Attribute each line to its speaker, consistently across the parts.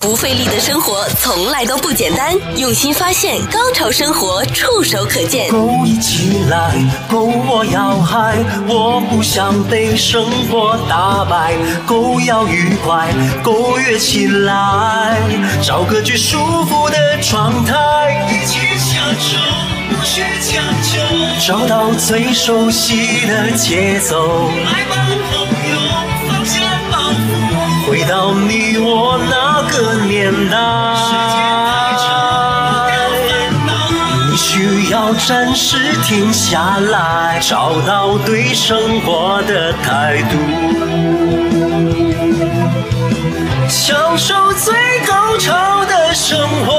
Speaker 1: 不费力的生活从来都不简单，用心发现，高潮生活触手可见。
Speaker 2: 勾一起来，勾我要嗨，我不想被生活打败，勾要愉快，勾跃起来，找个最舒服的状态，一起享受，不需强求，找到最熟悉的节奏，来吧，朋友，放下包袱，回到你我那个年代。你需要暂时停下来，找到对生活的态度，享受最高潮的生活。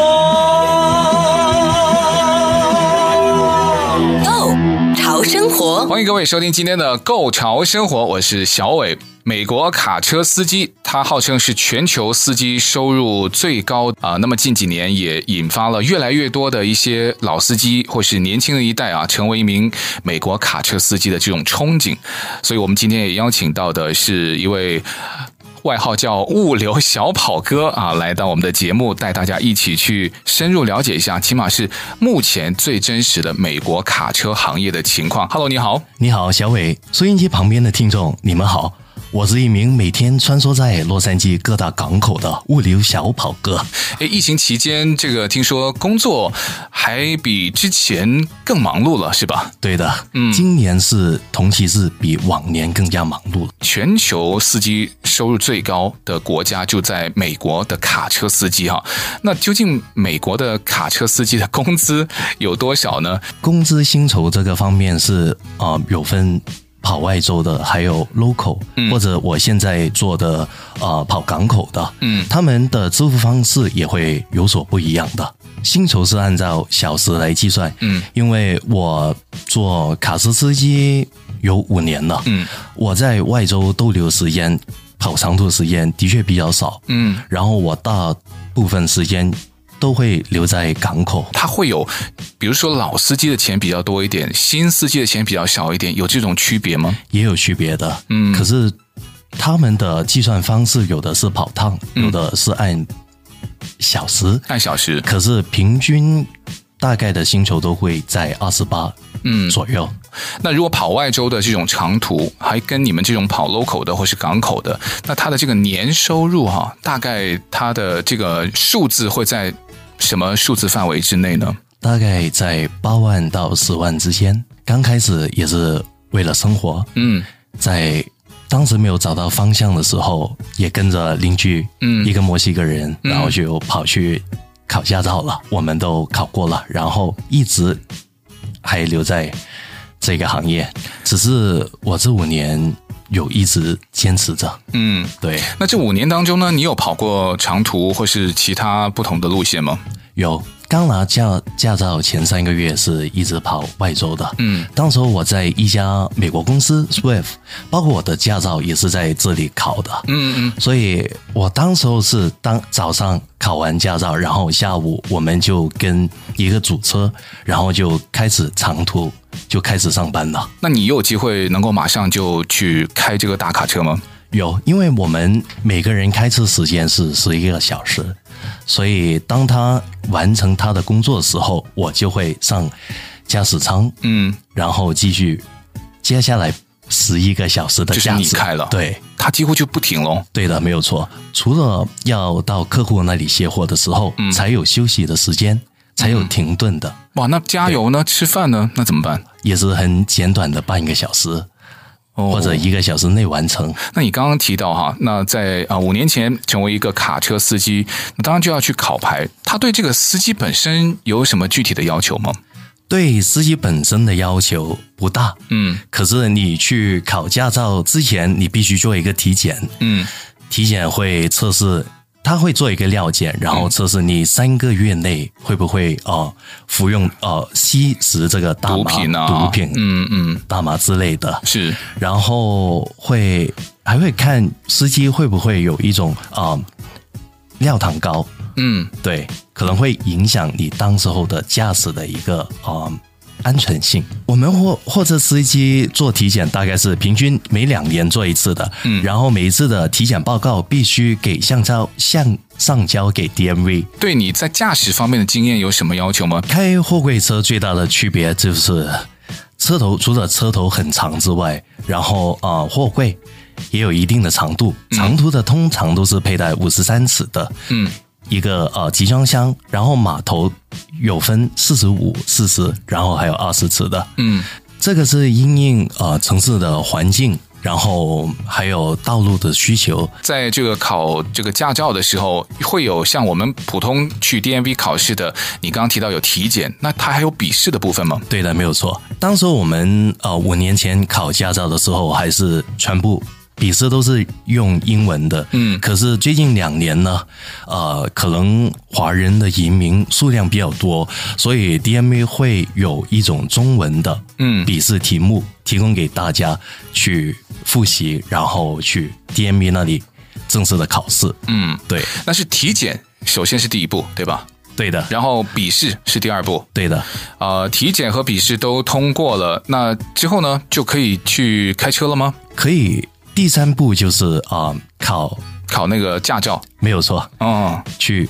Speaker 1: Go，潮生活。
Speaker 3: 欢迎各位收听今天的《购潮生活》，我是小伟。美国卡车司机，他号称是全球司机收入最高啊、那么近几年也引发了越来越多的一些老司机或是年轻的一代啊，成为一名美国卡车司机的这种憧憬。所以我们今天也邀请到的是一位外号叫“物流小跑哥”啊，来到我们的节目，带大家一起去深入了解一下，起码是目前最真实的美国卡车行业的情况。Hello，你好。
Speaker 4: 你好，小伟，收音机旁边的听众，你们好，我是一名每天穿梭在洛杉矶各大港口的物流小跑哥。
Speaker 3: 哎，疫情期间这个听说工作还比之前更忙碌了，是吧？
Speaker 4: 对的，嗯，今年是同期是比往年更加忙碌了。
Speaker 3: 全球司机收入最高的国家就在美国的卡车司机哈、那究竟美国的卡车司机的工资有多少呢？
Speaker 4: 工资薪酬这个方面是啊、呃有分跑外州的，还有 local，、或者我现在做的呃跑港口的，
Speaker 3: 嗯
Speaker 4: 他们的支付方式也会有所不一样的。薪酬是按照小时来计算，
Speaker 3: 嗯，
Speaker 4: 因为我做卡车司机有五年了，
Speaker 3: 嗯，
Speaker 4: 我在外州逗留时间、跑长途时间的确比较少，
Speaker 3: 嗯，
Speaker 4: 然后我大部分时间都会留在港口，
Speaker 3: 它会有，比如说老司机的钱比较多一点，新司机的钱比较少一点，有这种区别吗？
Speaker 4: 也有区别的。
Speaker 3: 嗯
Speaker 4: 可是他们的计算方式有的是跑趟，
Speaker 3: 嗯
Speaker 4: 有的是按小时，
Speaker 3: 按小时，
Speaker 4: 可是平均大概的薪酬都会在二十八
Speaker 3: 嗯，
Speaker 4: 左右。
Speaker 3: 那如果跑外州的这种长途，还跟你们这种跑 local 的或是港口的，那他的这个年收入哈、大概他的这个数字会在什么数字范围之内呢？
Speaker 4: 大概在八万到十万之间。刚开始也是为了生活，
Speaker 3: 嗯
Speaker 4: 在当时没有找到方向的时候，也跟着邻居，
Speaker 3: 嗯
Speaker 4: 一个墨西哥人，
Speaker 3: 嗯
Speaker 4: 然后就跑去考驾照了。我们都考过了，然后一直还留在这个行业，只是我这五年有一直坚持着。
Speaker 3: 嗯。
Speaker 4: 对，
Speaker 3: 那这五年当中呢，你有跑过长途或是其他不同的路线吗？
Speaker 4: 有刚拿驾驾照前三个月是一直跑外州的，
Speaker 3: 嗯，
Speaker 4: 当时候我在一家美国公司 Swift，包括我的驾照也是在这里考的，
Speaker 3: 嗯嗯
Speaker 4: 所以我当时候是当早上考完驾照，然后下午我们就跟一个组车，然后就开始长途，就开始上班了。
Speaker 3: 那你有机会能够马上就去开这个大卡车吗？
Speaker 4: 有，因为我们每个人开车时间是十一个小时，所以当他完成他的工作的时候，我就会上驾驶舱，
Speaker 3: 嗯，
Speaker 4: 然后继续接下来十一个小时的
Speaker 3: 就是
Speaker 4: 驾
Speaker 3: 你
Speaker 4: 驶。
Speaker 3: 开了
Speaker 4: 对，
Speaker 3: 它几乎就不停喽。
Speaker 4: 对的，没有错。除了要到客户那里卸货的时候，
Speaker 3: 嗯
Speaker 4: 才有休息的时间，才有停顿的，
Speaker 3: 哇，那加油呢？吃饭呢？那怎么办？
Speaker 4: 也是很简短的半个小时
Speaker 3: 哦
Speaker 4: 或者一个小时内完成。
Speaker 3: 那你刚刚提到哈，那在啊五、年前成为一个卡车司机，那当然就要去考牌。他对这个司机本身有什么具体的要求吗？
Speaker 4: 对司机本身的要求不大，
Speaker 3: 嗯
Speaker 4: 可是你去考驾照之前，你必须做一个体检，
Speaker 3: 嗯
Speaker 4: 体检会测试，他会做一个尿检，然
Speaker 3: 嗯
Speaker 4: 后测试你三个月内会不会呃服用呃吸食这个大麻
Speaker 3: 毒品啊，
Speaker 4: 毒品
Speaker 3: 嗯嗯，
Speaker 4: 大麻之类的，
Speaker 3: 是
Speaker 4: 然后会还会看司机会不会有一种啊、呃尿糖高，
Speaker 3: 嗯
Speaker 4: 对，可能会影响你当时候的驾驶的一个啊、呃安全性。我们货货车司机做体检大概是平均每两年做一次的，嗯，然后每一次的体检报告必须给上交向上交给 DMV。
Speaker 3: 对你在驾驶方面的经验有什么要求吗？
Speaker 4: 开货柜车最大的区别就是车头，除了车头很长之外，然后啊、呃货柜也有一定的长度，长途的通常都是佩戴五十三尺的，
Speaker 3: 嗯，
Speaker 4: 一个呃集装箱，然后码头有分四十五、四十，然后还有二十尺的，
Speaker 3: 嗯，
Speaker 4: 这个是因应呃城市的环境，然后还有道路的需求，
Speaker 3: 在这个考这个驾照的时候，会有像我们普通去 DMV 考试的，你刚刚提到有体检，那它还有笔试的部分吗？
Speaker 4: 对的，没有错。当时我们呃五年前考驾照的时候，还是全部笔试都是用英文的。
Speaker 3: 嗯
Speaker 4: 可是最近两年呢，呃，可能华人的移民数量比较多，所以 DMA 会有一种中文的
Speaker 3: 嗯
Speaker 4: 笔试题目提供给大家去复习，然后去 DMA 那里正式的考试。
Speaker 3: 嗯，
Speaker 4: 对，
Speaker 3: 那是体检，首先是第一步，对吧？
Speaker 4: 对的，
Speaker 3: 然后笔试是第二步，
Speaker 4: 对的。
Speaker 3: 呃，体检和笔试都通过了，那之后呢，就可以去开车了吗？
Speaker 4: 可以，第三步就是啊、考，
Speaker 3: 考那个驾照，
Speaker 4: 没有错，
Speaker 3: 嗯，
Speaker 4: 去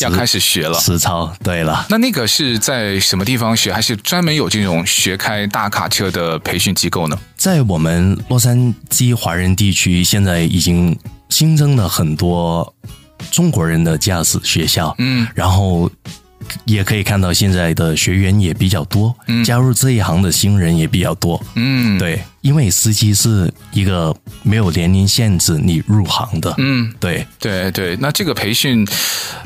Speaker 3: 要
Speaker 4: 实
Speaker 3: 开始学了。
Speaker 4: 实操，对了，
Speaker 3: 那那个是在什么地方学，还是专门有这种学开大卡车的培训机构呢？
Speaker 4: 在我们洛杉矶华人地区，现在已经新增了很多中国人的驾驶学校，
Speaker 3: 嗯，
Speaker 4: 然后也可以看到现在的学员也比较多，
Speaker 3: 嗯
Speaker 4: 加入这一行的新人也比较多，
Speaker 3: 嗯，，
Speaker 4: 对，因为司机是一个没有年龄限制你入行的，
Speaker 3: 嗯，
Speaker 4: 对，
Speaker 3: 对对。那这个培训，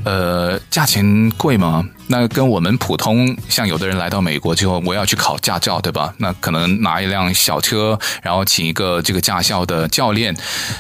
Speaker 3: 呃，价钱贵吗？那跟我们普通像有的人来到美国之后，我要去考驾照，对吧？那可能拿一辆小车，然后请一个这个驾校的教练，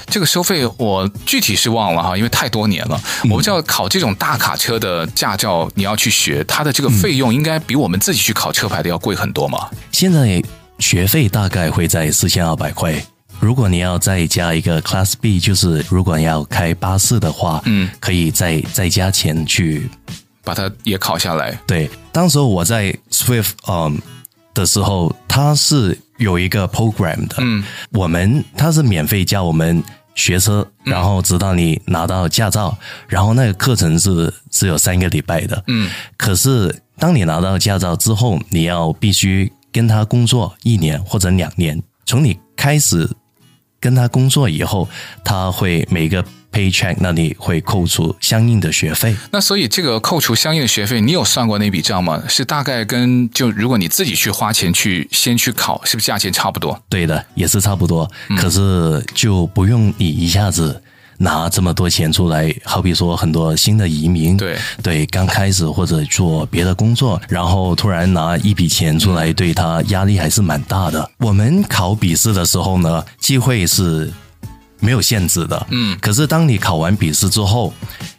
Speaker 3: 这个收费我具体是忘了哈，因为太多年了。我不知道考这种大卡车的驾照，你要去学，它的这个费用应该比我们自己去考车牌的要贵很多嘛？
Speaker 4: 现在学费大概会在四千二百块。如果你要再加一个 Class B，就是如果你要开巴士的话，
Speaker 3: 嗯，
Speaker 4: 可以再再加钱去。
Speaker 3: 把它也考下来。
Speaker 4: 对，当时候我在 Swift 嗯的时候，它是有一个 program 的，
Speaker 3: 嗯，
Speaker 4: 我们它是免费教我们学车，
Speaker 3: 嗯
Speaker 4: 然后直到你拿到驾照，然后那个课程是只有三个礼拜的，
Speaker 3: 嗯，
Speaker 4: 可是当你拿到驾照之后，你要必须跟他工作一年或者两年，从你开始跟他工作以后，他会每个 paycheck 那里会扣除相应的学费。
Speaker 3: 那所以这个扣除相应的学费，你有算过那笔账吗？是大概跟就如果你自己去花钱去先去考，是不是价钱差不多？
Speaker 4: 对的，也是差不多。可是就不用你一下子拿这么多钱出来，好比说很多新的移民，
Speaker 3: 对
Speaker 4: 对，刚开始或者做别的工作，然后突然拿一笔钱出来，对他压力还是蛮大的。我们考笔试的时候呢，机会是没有限制的，
Speaker 3: 嗯
Speaker 4: 可是当你考完笔试之后，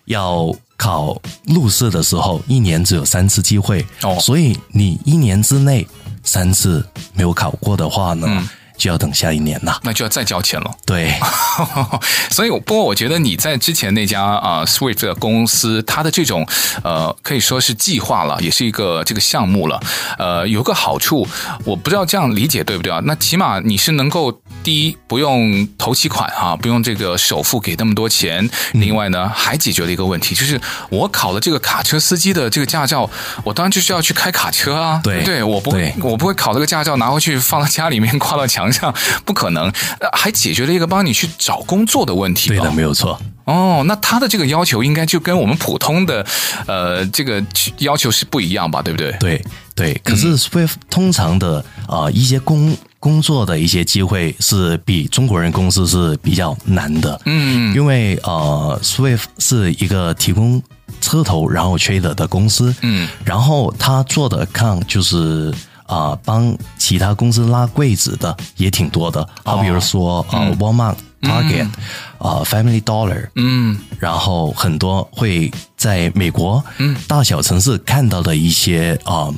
Speaker 4: 要考路试的时候，一年只有三次机会，
Speaker 3: 哦
Speaker 4: 所以你一年之内三次没有考过的话呢，
Speaker 3: 嗯啊
Speaker 4: 就要等下一年了。
Speaker 3: 那就要再交钱了。
Speaker 4: 对，
Speaker 3: 所以我，不过我觉得你在之前那家啊、Swift 的公司，它的这种呃可以说是计划了，也是一个这个项目了。呃，有个好处，我不知道这样理解对不对啊？那起码你是能够第一不用投期款哈、不用这个首付给那么多钱。
Speaker 4: 嗯
Speaker 3: 另外呢，还解决了一个问题，就是我考了这个卡车司机的这个驾照，我当然就是要去开卡车啊。
Speaker 4: 对
Speaker 3: 不对，我不
Speaker 4: 对
Speaker 3: 会我不会考这个驾照拿回去放到家里面挂到墙上，不可能。呃还解决了一个帮你去找工作的问题吧。
Speaker 4: 对的，没有错。
Speaker 3: 哦，那他的这个要求应该就跟我们普通的呃这个要求是不一样吧，对不对？
Speaker 4: 对对，可
Speaker 3: 嗯
Speaker 4: 是 Swift 通常的啊、呃一些工工作的一些机会是比中国人公司是比较难的，
Speaker 3: 嗯，
Speaker 4: 因为呃 Swift 是一个提供车头然后 trader 的公司，
Speaker 3: 嗯，
Speaker 4: 然后他做的抗就是啊、呃帮其他公司拉柜子的也挺多的，好比如说、
Speaker 3: 哦
Speaker 4: 呃 Walmart、Target、啊 Family Dollar，
Speaker 3: 嗯
Speaker 4: 然后很多会在美国嗯大小城市看到的一些啊、呃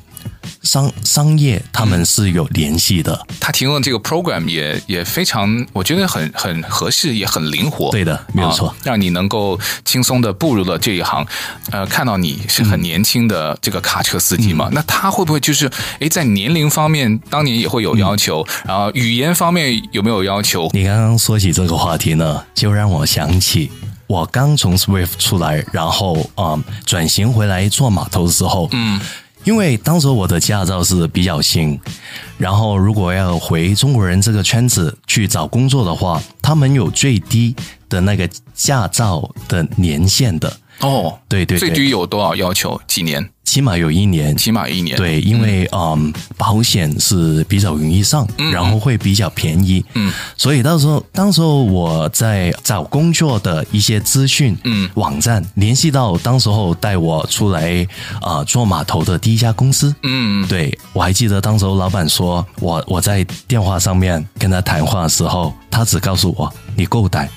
Speaker 4: 商商业他们是有联系的，
Speaker 3: 他提供的这个 program 也也非常，我觉得很很合适，也很灵活。
Speaker 4: 对的没有错
Speaker 3: 啊让你能够轻松的步入了这一行。呃，看到你是很年轻的这个卡车司机
Speaker 4: 嗯
Speaker 3: 嘛，那他会不会就是诶，在年龄方面当年也会有要求，
Speaker 4: 嗯
Speaker 3: 然后语言方面有没有要求？
Speaker 4: 你刚刚说起这个话题呢，就让我想起我刚从 Swift 出来，然后啊、嗯转型回来做码头的时候，嗯，因为当时我的驾照是比较新，然后如果要回中国人这个圈子去找工作的话，他们有最低的那个驾照的年限的，
Speaker 3: 哦，
Speaker 4: 对对对
Speaker 3: 最低有多少要求？几年？
Speaker 4: 起码有一年，
Speaker 3: 起码一年。，
Speaker 4: 对，因为嗯，保险是比较容易上，然后会比较便宜，
Speaker 3: 嗯，
Speaker 4: 所以到时候，当时候我在找工作的一些资讯，
Speaker 3: 嗯
Speaker 4: 网站联系到当时候带我出来啊、呃做码头的第一家公司，
Speaker 3: 嗯，
Speaker 4: 对我还记得当时候老板说我我在电话上面跟他谈话的时候，他只告诉我你够胆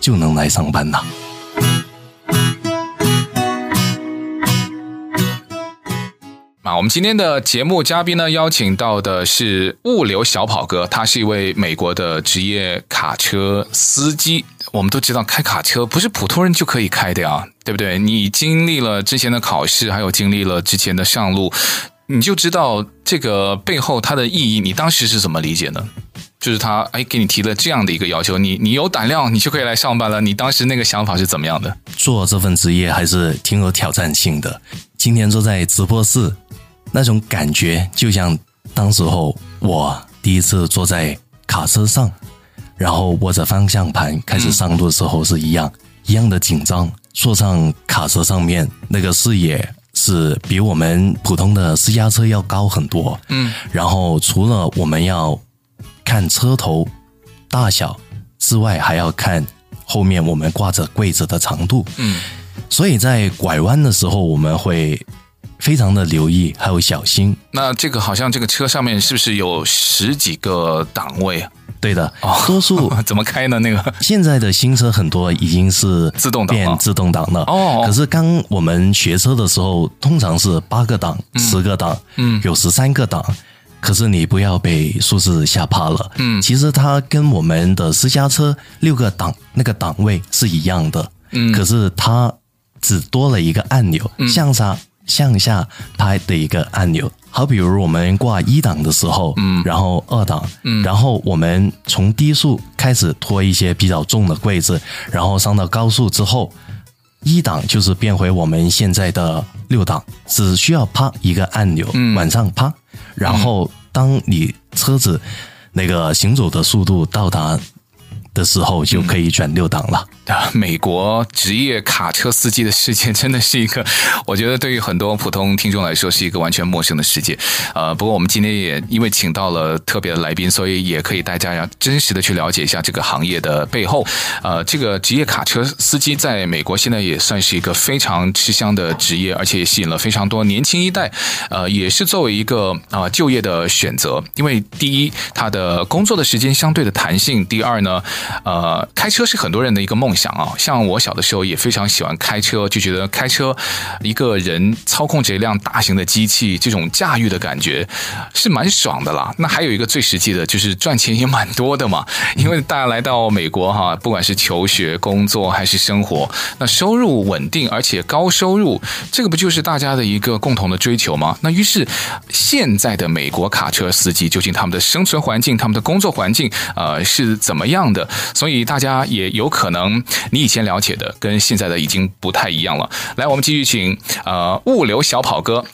Speaker 4: 就能来上班了。
Speaker 3: 啊，我们今天的节目嘉宾呢，邀请到的是物流小跑哥，他是一位美国的职业卡车司机。我们都知道，开卡车不是普通人就可以开的呀，对不对？你经历了之前的考试，还有经历了之前的上路，你就知道这个背后它的意义。你当时是怎么理解呢？就是他哎，给你提了这样的一个要求，你你有胆量，你就可以来上班了。你当时那个想法是怎么样的？
Speaker 4: 做这份职业还是挺有挑战性的。今天坐在直播室，那种感觉就像当时候我第一次坐在卡车上，然后握着方向盘开始上路的时候是一样、一样的紧张。坐上卡车上面，那个视野是比我们普通的私家车要高很多。
Speaker 3: 嗯，
Speaker 4: 然后除了我们要看车头大小之外，还要看后面我们挂着柜子的长度。
Speaker 3: 嗯，
Speaker 4: 所以在拐弯的时候，我们会非常的留意，还有小心。
Speaker 3: 那这个好像这个车上面是不是有十几个档位啊？
Speaker 4: 对的，多数
Speaker 3: 怎么开呢？那个
Speaker 4: 现在的新车很多已经是
Speaker 3: 自动挡了
Speaker 4: 变自动挡了。
Speaker 3: 哦
Speaker 4: 可是刚我们学车的时候，通常是八个档、十个档，
Speaker 3: 嗯
Speaker 4: 有十三个档。可是你不要被数字吓怕了，
Speaker 3: 嗯
Speaker 4: 其实它跟我们的私家车六个档那个档位是一样的，
Speaker 3: 嗯
Speaker 4: 可是它只多了一个按钮，向上向下拍的一个按钮。好，比如我们挂一档的时候，嗯，然后二档，嗯，然后我们从低速开始拖一些比较重的柜子，然后上到高速之后，一档就是变回我们现在的六档，只需要啪一个按钮，
Speaker 3: 嗯
Speaker 4: 往上啪，然后当你车子那个行走的速度到达的时候，就可以转六档了。
Speaker 3: 啊 美国职业卡车司机的世界真的是一个， 我觉得对于很多普通听众来说是一个完全陌生的世界。呃，不过我们今天也因为请到了特别的来宾，所以也可以大家要真实的去了解一下这个行业的背后。呃，这个职业卡车司机在美国现在也算是一个非常吃香的职业，而且也吸引了非常多年轻一代，呃，也是作为一个啊、呃就业的选择。因为第一，他的工作的时间相对的弹性；第二呢，呃，开车是很多人的一个梦想啊。像我小的时候也非常喜欢开车，就觉得开车一个人操控着一辆大型的机器，这种驾驭的感觉是蛮爽的啦。那还有一个最实际的就是赚钱也蛮多的嘛，因为大家来到美国哈、啊不管是求学、工作还是生活，那收入稳定而且高收入，这个不就是大家的一个共同的追求吗？那于是现在的美国卡车司机究竟他们的生存环境、他们的工作环境，呃，是怎么样的？所以大家也有可能你以前了解的跟现在的已经不太一样了。来，我们继续请呃物流小跑哥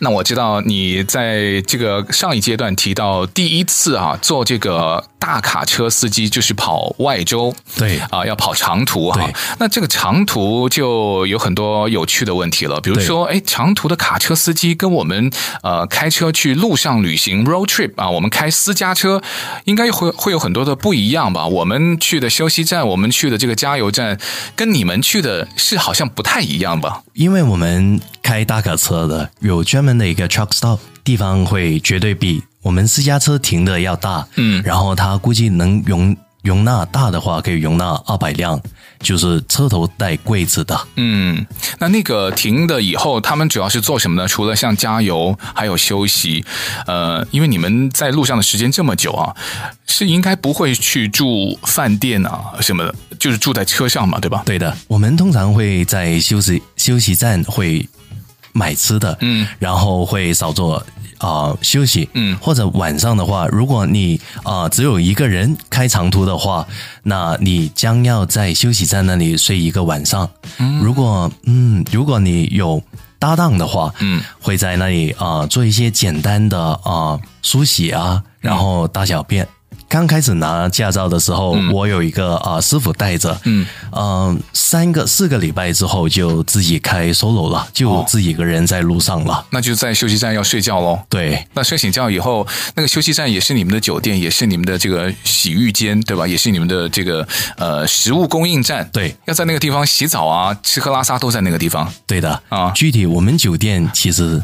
Speaker 3: 那我知道你在这个上一阶段提到第一次啊，做这个大卡车司机就是跑外州，
Speaker 4: 对
Speaker 3: 啊，要跑长途哈、
Speaker 4: 对
Speaker 3: 那这个长途就有很多有趣的问题了，比如说，哎，长途的卡车司机跟我们呃开车去路上旅行 road trip 啊，我们开私家车，应该会会有很多的不一样吧？我们去的休息站，我们去的这个加油站，跟你们去的是好像不太一样吧？
Speaker 4: 因为我们开大卡车的有专门的一个 truck stop 地方，会绝对比我们私家车停的要大。
Speaker 3: 嗯
Speaker 4: 然后它估计能容容纳大的话可以容纳二百辆，就是车头带柜子的。
Speaker 3: 嗯，那那个停的以后，他们主要是做什么呢？除了像加油，还有休息。呃，因为你们在路上的时间这么久啊，是应该不会去住饭店啊什么的，就是住在车上嘛，对吧？
Speaker 4: 对的，我们通常会在休息休息站会买吃的，
Speaker 3: 嗯，
Speaker 4: 然后会稍作啊、呃休息，
Speaker 3: 嗯
Speaker 4: 或者晚上的话，如果你啊、呃只有一个人开长途的话，那你将要在休息站那里睡一个晚上。如果嗯，如果你有搭档的话，
Speaker 3: 嗯，
Speaker 4: 会在那里啊、呃做一些简单的啊、呃梳洗啊，
Speaker 3: 嗯
Speaker 4: 然后大小便。刚开始拿驾照的时候，我有一个啊、呃师傅带着，
Speaker 3: 嗯
Speaker 4: 呃三个四个礼拜之后就自己开 solo 了，就
Speaker 3: 哦
Speaker 4: 自己一个人在路上了。
Speaker 3: 那就在休息站要睡觉喽。
Speaker 4: 对，
Speaker 3: 那睡醒觉以后，那个休息站也是你们的酒店，也是你们的这个洗浴间，对吧？也是你们的这个呃食物供应站。
Speaker 4: 对，
Speaker 3: 要在那个地方洗澡啊，吃喝拉撒都在那个地方。
Speaker 4: 对的
Speaker 3: 啊
Speaker 4: 具体我们酒店其实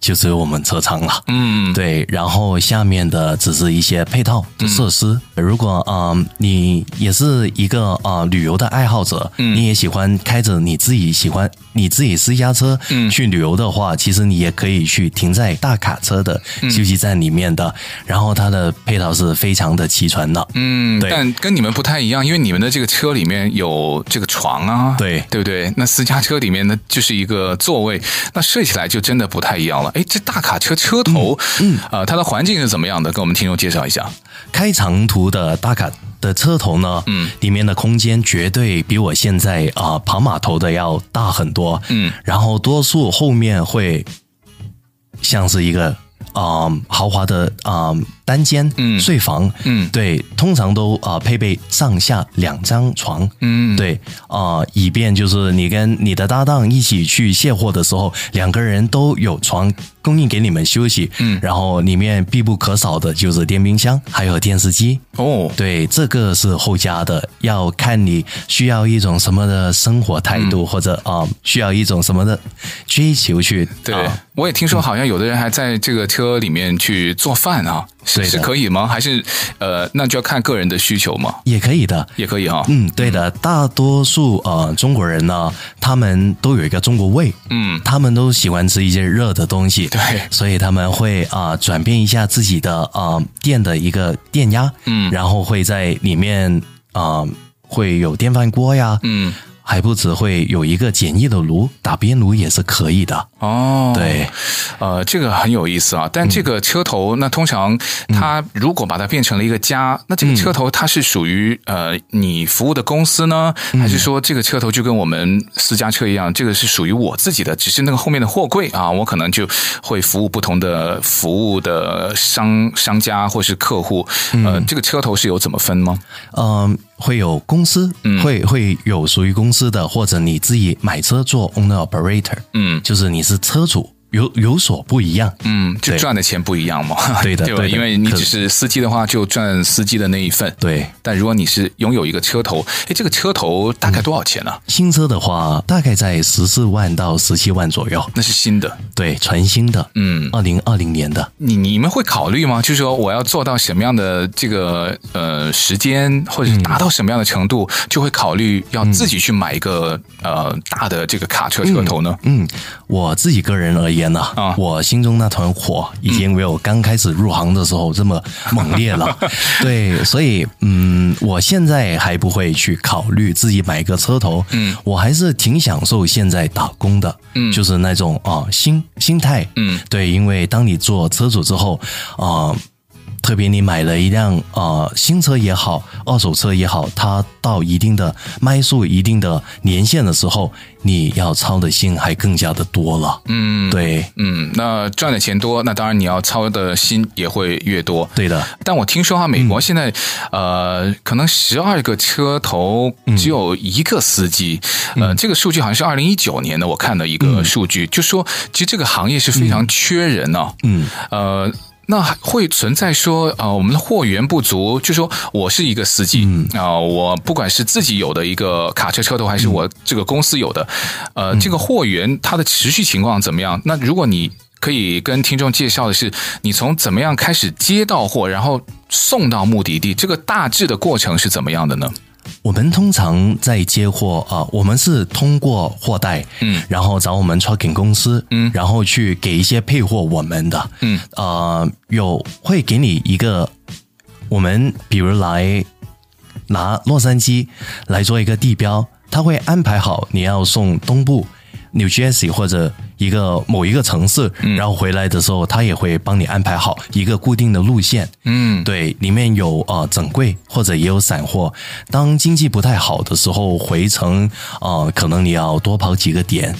Speaker 4: 就是我们车仓了。
Speaker 3: 嗯，
Speaker 4: 对，然后下面的只是一些配套的设施。
Speaker 3: 嗯
Speaker 4: 如果啊、呃你也是一个啊、呃旅游的爱好者，
Speaker 3: 嗯
Speaker 4: 你也喜欢开着你自己喜欢你自己私家车
Speaker 3: 嗯
Speaker 4: 去旅游的话，其实你也可以去停在大卡车的
Speaker 3: 嗯
Speaker 4: 休息站里面的，然后它的配套是非常的齐全的。
Speaker 3: 嗯，
Speaker 4: 对
Speaker 3: 但跟你们不太一样，因为你们的这个车里面有这个床啊，
Speaker 4: 对
Speaker 3: 对不对？那私家车里面呢，就是一个座位，那睡起来就真的不太一样了。哎，这大卡车车头，嗯，呃，它的环境是怎么样的？跟我们听众介绍一下。
Speaker 4: 开长途的大卡的车头呢，
Speaker 3: 嗯，
Speaker 4: 里面的空间绝对比我现在啊、跑码头的要大很多，
Speaker 3: 嗯，
Speaker 4: 然后多数后面会像是一个啊、豪华的啊、单间
Speaker 3: 嗯
Speaker 4: 睡房，
Speaker 3: 嗯
Speaker 4: 对，通常都啊、配备上下两张床，
Speaker 3: 嗯，
Speaker 4: 对啊、以便就是你跟你的搭档一起去卸货的时候，两个人都有床供应给你们休息。
Speaker 3: 嗯
Speaker 4: 然后里面必不可少的就是电冰箱，还有电视机。
Speaker 3: 哦，
Speaker 4: 对，这个是后加的，要看你需要一种什么的生活态度，
Speaker 3: 嗯
Speaker 4: 或者啊、需要一种什么的追求去
Speaker 3: 对，
Speaker 4: 啊
Speaker 3: 我也听说，好像有的人还在这个车里面去做饭啊，是
Speaker 4: 对的
Speaker 3: 是可以吗？还是呃，那就要看个人的需求嘛，
Speaker 4: 也可以的。
Speaker 3: 也可以哈、
Speaker 4: 嗯，对的，大多数呃中国人呢，他们都有一个中国胃，
Speaker 3: 嗯
Speaker 4: 他们都喜欢吃一些热的东西，
Speaker 3: 对
Speaker 4: 所以他们会啊、转变一下自己的啊、电的一个电压，
Speaker 3: 嗯
Speaker 4: 然后会在里面啊、会有电饭锅呀，
Speaker 3: 嗯，
Speaker 4: 还不止会有一个简易的炉，打边炉也是可以的，
Speaker 3: 哦，
Speaker 4: 对，
Speaker 3: 呃，这个很有意思啊。但这个车头，那通常它
Speaker 4: 嗯
Speaker 3: 如果把它变成了一个家，那这个车头它是属于呃你服务的公司呢，
Speaker 4: 嗯
Speaker 3: 还是说这个车头就跟我们私家车一样，这个是属于我自己的？只是那个后面的货柜啊，我可能就会服务不同的服务的商商家或是客户。呃，这个车头是有怎么分吗？
Speaker 4: 嗯、会有公司，
Speaker 3: 嗯
Speaker 4: 会会有属于公司的，或者你自己买车做 owner operator，
Speaker 3: 嗯
Speaker 4: 就是你是车主，有有所不一样，
Speaker 3: 嗯，就
Speaker 4: 对
Speaker 3: 赚的钱不一样嘛。
Speaker 4: 对的
Speaker 3: 对吧？
Speaker 4: 对的
Speaker 3: 因为你
Speaker 4: 可
Speaker 3: 只是司机的话，就赚司机的那一份。
Speaker 4: 对。
Speaker 3: 但如果你是拥有一个车头，哎，这个车头大概多少钱呢、啊
Speaker 4: 新车的话，大概在十四万到十七万左右，
Speaker 3: 那是新的，
Speaker 4: 对，全新的，
Speaker 3: 嗯，
Speaker 4: 二零二零年的，
Speaker 3: 你你们会考虑吗？就是说我要做到什么样的这个呃时间，或者是达到什么样的程度，就会考虑要自己去买一个、呃大的这个卡车车头呢？
Speaker 4: 嗯，我自己个人而言呢、
Speaker 3: 啊
Speaker 4: 我心中那团火已经没有刚开始入行的时候这么猛烈 了。对，所以嗯，我现在还不会去考虑自己买一个车头。
Speaker 3: 嗯，
Speaker 4: 我还是挺享受现在打工的。
Speaker 3: 嗯
Speaker 4: 就是那种啊、心心态。
Speaker 3: 嗯
Speaker 4: 对，因为当你做车主之后啊。特别你买了一辆呃新车也好，二手车也好，它到一定的迈数、一定的年限的时候，你要操的心还更加的多了。
Speaker 3: 嗯，
Speaker 4: 对，
Speaker 3: 嗯，那赚的钱多，那当然你要操的心也会越多。
Speaker 4: 对的，
Speaker 3: 但我听说啊，美国现在、呃，可能十二个车头只有一个司机，呃，这个数据好像是二零一九年的我看的一个数据，就说其实这个行业是非常缺人呢、
Speaker 4: 嗯，
Speaker 3: 呃。那会存在说，呃，我们的货源不足，就说我是一个司机啊、我不管是自己有的一个卡车车头，还是我这个公司有的，呃，这个货源它的持续情况怎么样？那如果你可以跟听众介绍的是，你从怎么样开始接到货，然后送到目的地，这个大致的过程是怎么样的呢？
Speaker 4: 我们通常在接货啊、我们是通过货代，
Speaker 3: 嗯
Speaker 4: 然后找我们 trucking 公司，
Speaker 3: 嗯
Speaker 4: 然后去给一些配货我们的，
Speaker 3: 嗯，
Speaker 4: 呃，有会给你一个，我们比如来拿洛杉矶来做一个地标，他会安排好你要送东部 New Jersey 或者一个某一个城市，
Speaker 3: 嗯
Speaker 4: 然后回来的时候，他也会帮你安排好一个固定的路线，
Speaker 3: 嗯，
Speaker 4: 对，里面有呃整柜或者也有散货。当经济不太好的时候，回程呃可能你要多跑几个点，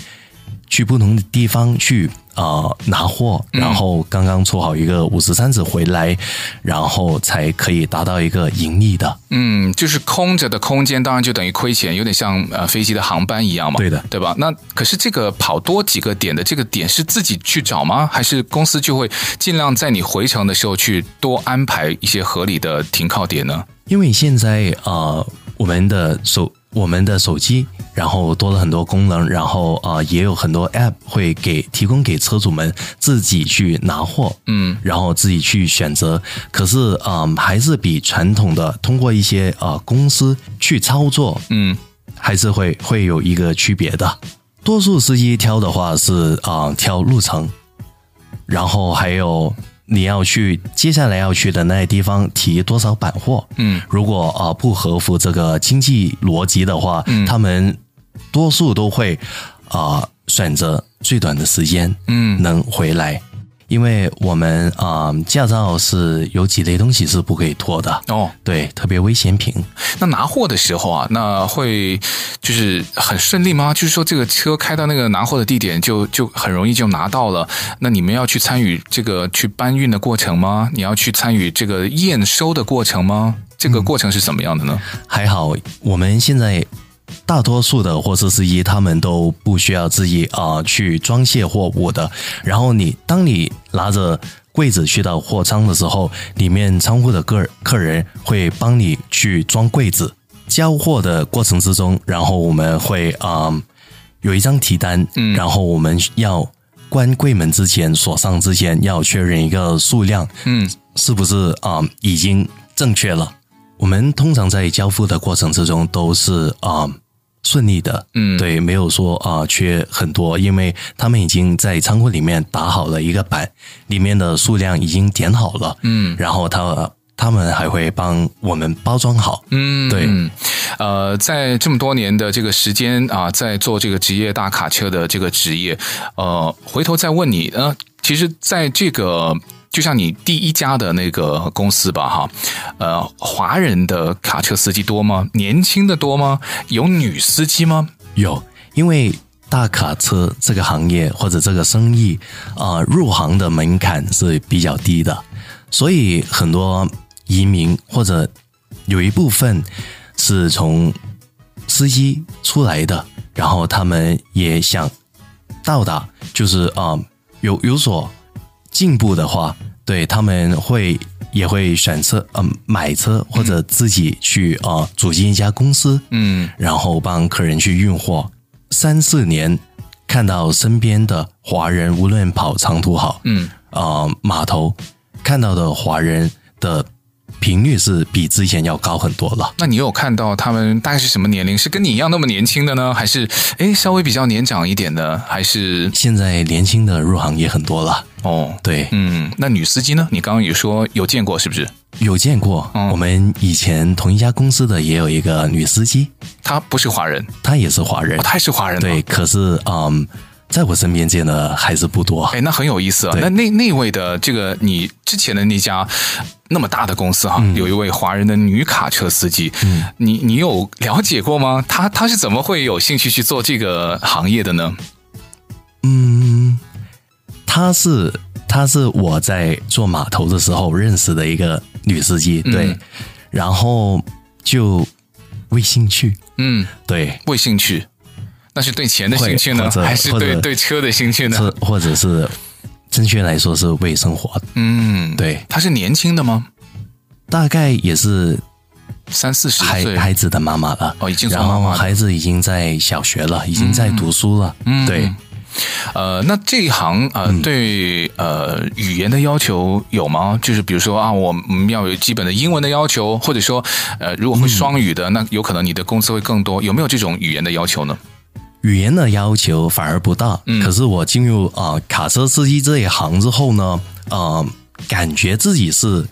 Speaker 4: 去不同的地方去呃拿货，然后刚刚出好一个五十三子回来，然后才可以达到一个盈利的。
Speaker 3: 嗯，就是空着的空间，当然就等于亏钱，有点像呃飞机的航班一样嘛。
Speaker 4: 对的
Speaker 3: 对吧？那可是这个跑多几个点的这个点是自己去找吗？还是公司就会尽量在你回程的时候去多安排一些合理的停靠点呢？
Speaker 4: 因为现在呃，我们的手我们的手机，然后多了很多功能，然后呃，也有很多 App 会给提供给车主们自己去拿货，
Speaker 3: 嗯，
Speaker 4: 然后自己去选择。可是嗯、呃还是比传统的通过一些呃公司去操作，
Speaker 3: 嗯，
Speaker 4: 还是会会有一个区别的。多数司机挑的话是啊、呃挑路程，然后还有你要去接下来要去的那些地方提多少板货。
Speaker 3: 嗯，
Speaker 4: 如果啊、呃不合乎这个经济逻辑的话，
Speaker 3: 嗯
Speaker 4: 他们多数都会啊、呃选择最短的时间，
Speaker 3: 嗯
Speaker 4: 能回来。因为我们啊、呃驾照是有几类东西是不可以拖的，
Speaker 3: 哦，
Speaker 4: 对，特别危险品。
Speaker 3: 那拿货的时候啊，那会就是很顺利吗？就是说这个车开到那个拿货的地点就就很容易就拿到了。那你们要去参与这个去搬运的过程吗？你要去参与这个验收的过程吗？这个过程是怎么样的呢？
Speaker 4: 还好，我们现在大多数的货啊车司机他们都不需要自己啊、呃去装卸货物的。然后你当你拿着柜子去到货仓的时候，里面仓库的客客人会帮你去装柜子。交货的过程之中，然后我们会啊、呃有一张提单，
Speaker 3: 嗯
Speaker 4: 然后我们要关柜门之前锁上之前要确认一个数量，
Speaker 3: 嗯
Speaker 4: 是不是啊、嗯已经正确了？我们通常在交付的过程之中都是啊、嗯顺利的，
Speaker 3: 嗯
Speaker 4: 对，没有说啊、缺很多，因为他们已经在仓库里面打好了一个板，里面的数量已经点好了，
Speaker 3: 嗯
Speaker 4: 然后他他们还会帮我们包装好，
Speaker 3: 嗯，
Speaker 4: 对
Speaker 3: 嗯呃，在这么多年的这个时间啊，在做这个职业大卡车的这个职业，呃，回头再问你，呃，其实在这个就像你第一家的那个公司吧，哈，呃，华人的卡车司机多吗？年轻的多吗？有女司机吗？
Speaker 4: 有，因为大卡车这个行业或者这个生意啊、呃入行的门槛是比较低的，所以很多移民或者有一部分是从司机出来的，然后他们也想到达，就是啊、呃有有所进步的话，对他们会。也会选车，嗯、买车或者自己去啊、呃组建一家公司，
Speaker 3: 嗯
Speaker 4: 然后帮客人去运货。三四年，看到身边的华人，无论跑长途好，
Speaker 3: 嗯
Speaker 4: 啊、码头看到的华人的频率是比之前要高很多了。
Speaker 3: 那你有看到他们大概是什么年龄？是跟你一样那么年轻的呢，还是诶稍微比较年长一点的？还是
Speaker 4: 现在年轻的入行也很多了，
Speaker 3: 哦，
Speaker 4: 对，
Speaker 3: 嗯，那女司机呢？你刚刚也说有见过，是不是？
Speaker 4: 有见过。
Speaker 3: 嗯
Speaker 4: 我们以前同一家公司的也有一个女司机，
Speaker 3: 她不是华人，
Speaker 4: 她也是华人，
Speaker 3: 哦、她也是华人。
Speaker 4: 对，，可是嗯，在我身边见的还是不多。
Speaker 3: 哎，那很有意思啊。
Speaker 4: 对
Speaker 3: 那那那位的这个你之前的那家那么大的公司哈、
Speaker 4: 嗯
Speaker 3: 有一位华人的女卡车司机，你你有了解过吗？她她是怎么会有兴趣去做这个行业的呢？
Speaker 4: 嗯，她是她是我在做码头的时候认识的一个女司机，对，
Speaker 3: 嗯
Speaker 4: 然后就为兴趣，
Speaker 3: 嗯，
Speaker 4: 对，
Speaker 3: 为兴趣，那是对钱的兴趣呢
Speaker 4: 或，者
Speaker 3: 还是
Speaker 4: 或者
Speaker 3: 对对车的兴趣呢
Speaker 4: 是？或者是正确来说是为生活，
Speaker 3: 嗯，，
Speaker 4: 对，
Speaker 3: 她是年轻的吗？
Speaker 4: 大概也是
Speaker 3: 三四十
Speaker 4: 孩
Speaker 3: 岁，
Speaker 4: 孩子的妈妈了，
Speaker 3: 哦已经做
Speaker 4: 然
Speaker 3: 妈妈
Speaker 4: 后
Speaker 3: 了
Speaker 4: 孩子已经在小学了，已经在读书了，
Speaker 3: 嗯
Speaker 4: 对，
Speaker 3: 呃，那这一行呃，对呃语言的要求有吗？就是比如说啊，我们要有基本的英文的要求，或者说呃，如果会双语的，那有可能你的工资会更多。有没有这种语言的要求呢？
Speaker 4: 语言的要求反而不大。可是我进入啊、呃卡车司机这一行之后呢，呃，感觉自己是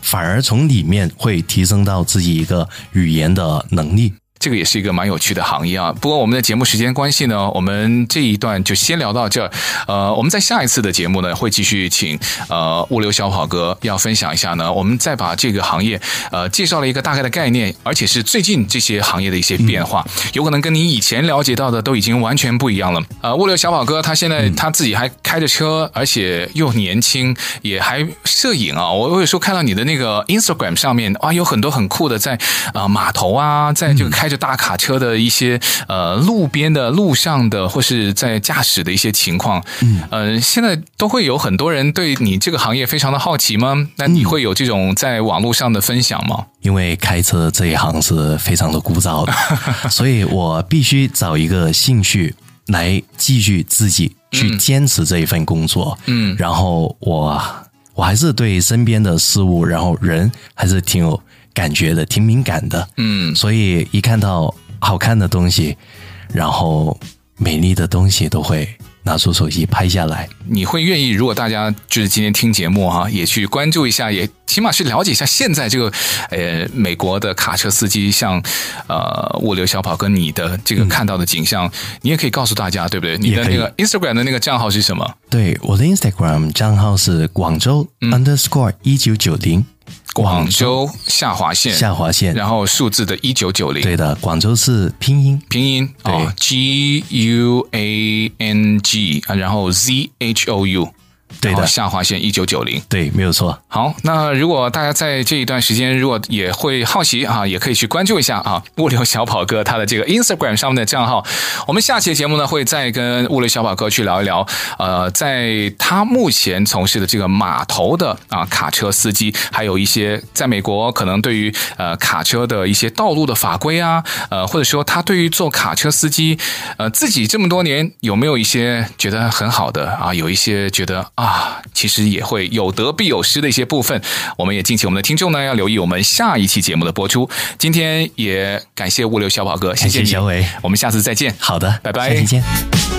Speaker 4: 反而从里面会提升到自己一个语言的能力。
Speaker 3: 这个也是一个蛮有趣的行业啊。不过我们的节目时间关系呢，我们这一段就先聊到这儿。呃，我们在下一次的节目呢，会继续请呃物流小跑哥要分享一下呢，我们再把这个行业呃介绍了一个大概的概念，而且是最近这些行业的一些变化，有可能跟你以前了解到的都已经完全不一样了。呃，物流小跑哥他现在他自己还开着车，而且又年轻，也还摄影啊。我我有时候看到你的那个 Instagram 上面啊，有很多很酷的在啊、呃码头啊，在这个开着大卡车的一些呃路边的、路上的或是在驾驶的一些情况。嗯，呃，现在都会有很多人对你这个行业非常的好奇吗？那你会有这种在网络上的分享吗？
Speaker 4: 因为开车这一行是非常的枯燥的，所以我必须找一个兴趣来继续自己去坚持这一份工作。
Speaker 3: 嗯
Speaker 4: 然后我我还是对身边的事物，然后人还是挺有感觉的，挺敏感的。
Speaker 3: 嗯
Speaker 4: 所以一看到好看的东西，然后美丽的东西，都会拿出手机拍下来。
Speaker 3: 你会愿意，如果大家就是今天听节目哈、也去关注一下，也起码去了解一下现在这个呃美国的卡车司机像呃物流小跑跟你的这个看到的景象，你也可以告诉大家，对不对？你的
Speaker 4: 也可
Speaker 3: 那
Speaker 4: 以
Speaker 3: 个 Instagram 的那个账号是什么？
Speaker 4: 对，我的 Instagram 账号是广州 underscore 一九九零，
Speaker 3: 嗯广州下划线，
Speaker 4: 下划线。
Speaker 3: 然后数字的一九九零，
Speaker 4: 对的，广州是拼音。
Speaker 3: 拼音啊、哦、，G U A N G 啊，然后 Z H O U，
Speaker 4: 对
Speaker 3: 然后
Speaker 4: 的，
Speaker 3: 下划线一九九零。
Speaker 4: 对，没有错。
Speaker 3: 好，那如果大家在这一段时间，如果也会好奇啊，也可以去关注一下啊，物流小跑哥他的这个 Instagram 上面的账号。我们下期的节目呢，会再跟物流小跑哥去聊一聊，呃，在他目前从事的这个码头的啊卡车司机，还有一些在美国可能对于呃卡车的一些道路的法规啊，呃，或者说他对于做卡车司机，呃，自己这么多年有没有一些觉得很好的啊？有一些觉得啊，其实也会有得必有失的一些部分。我们也敬请我们的听众呢，要留意我们下一期节目的播出。今天也感谢物流小宝哥，谢
Speaker 4: 感
Speaker 3: 谢
Speaker 4: 谢
Speaker 3: 你，
Speaker 4: 小伟
Speaker 3: 我们下次再见。
Speaker 4: 好的，
Speaker 3: 拜拜
Speaker 4: 下期见。
Speaker 1: 《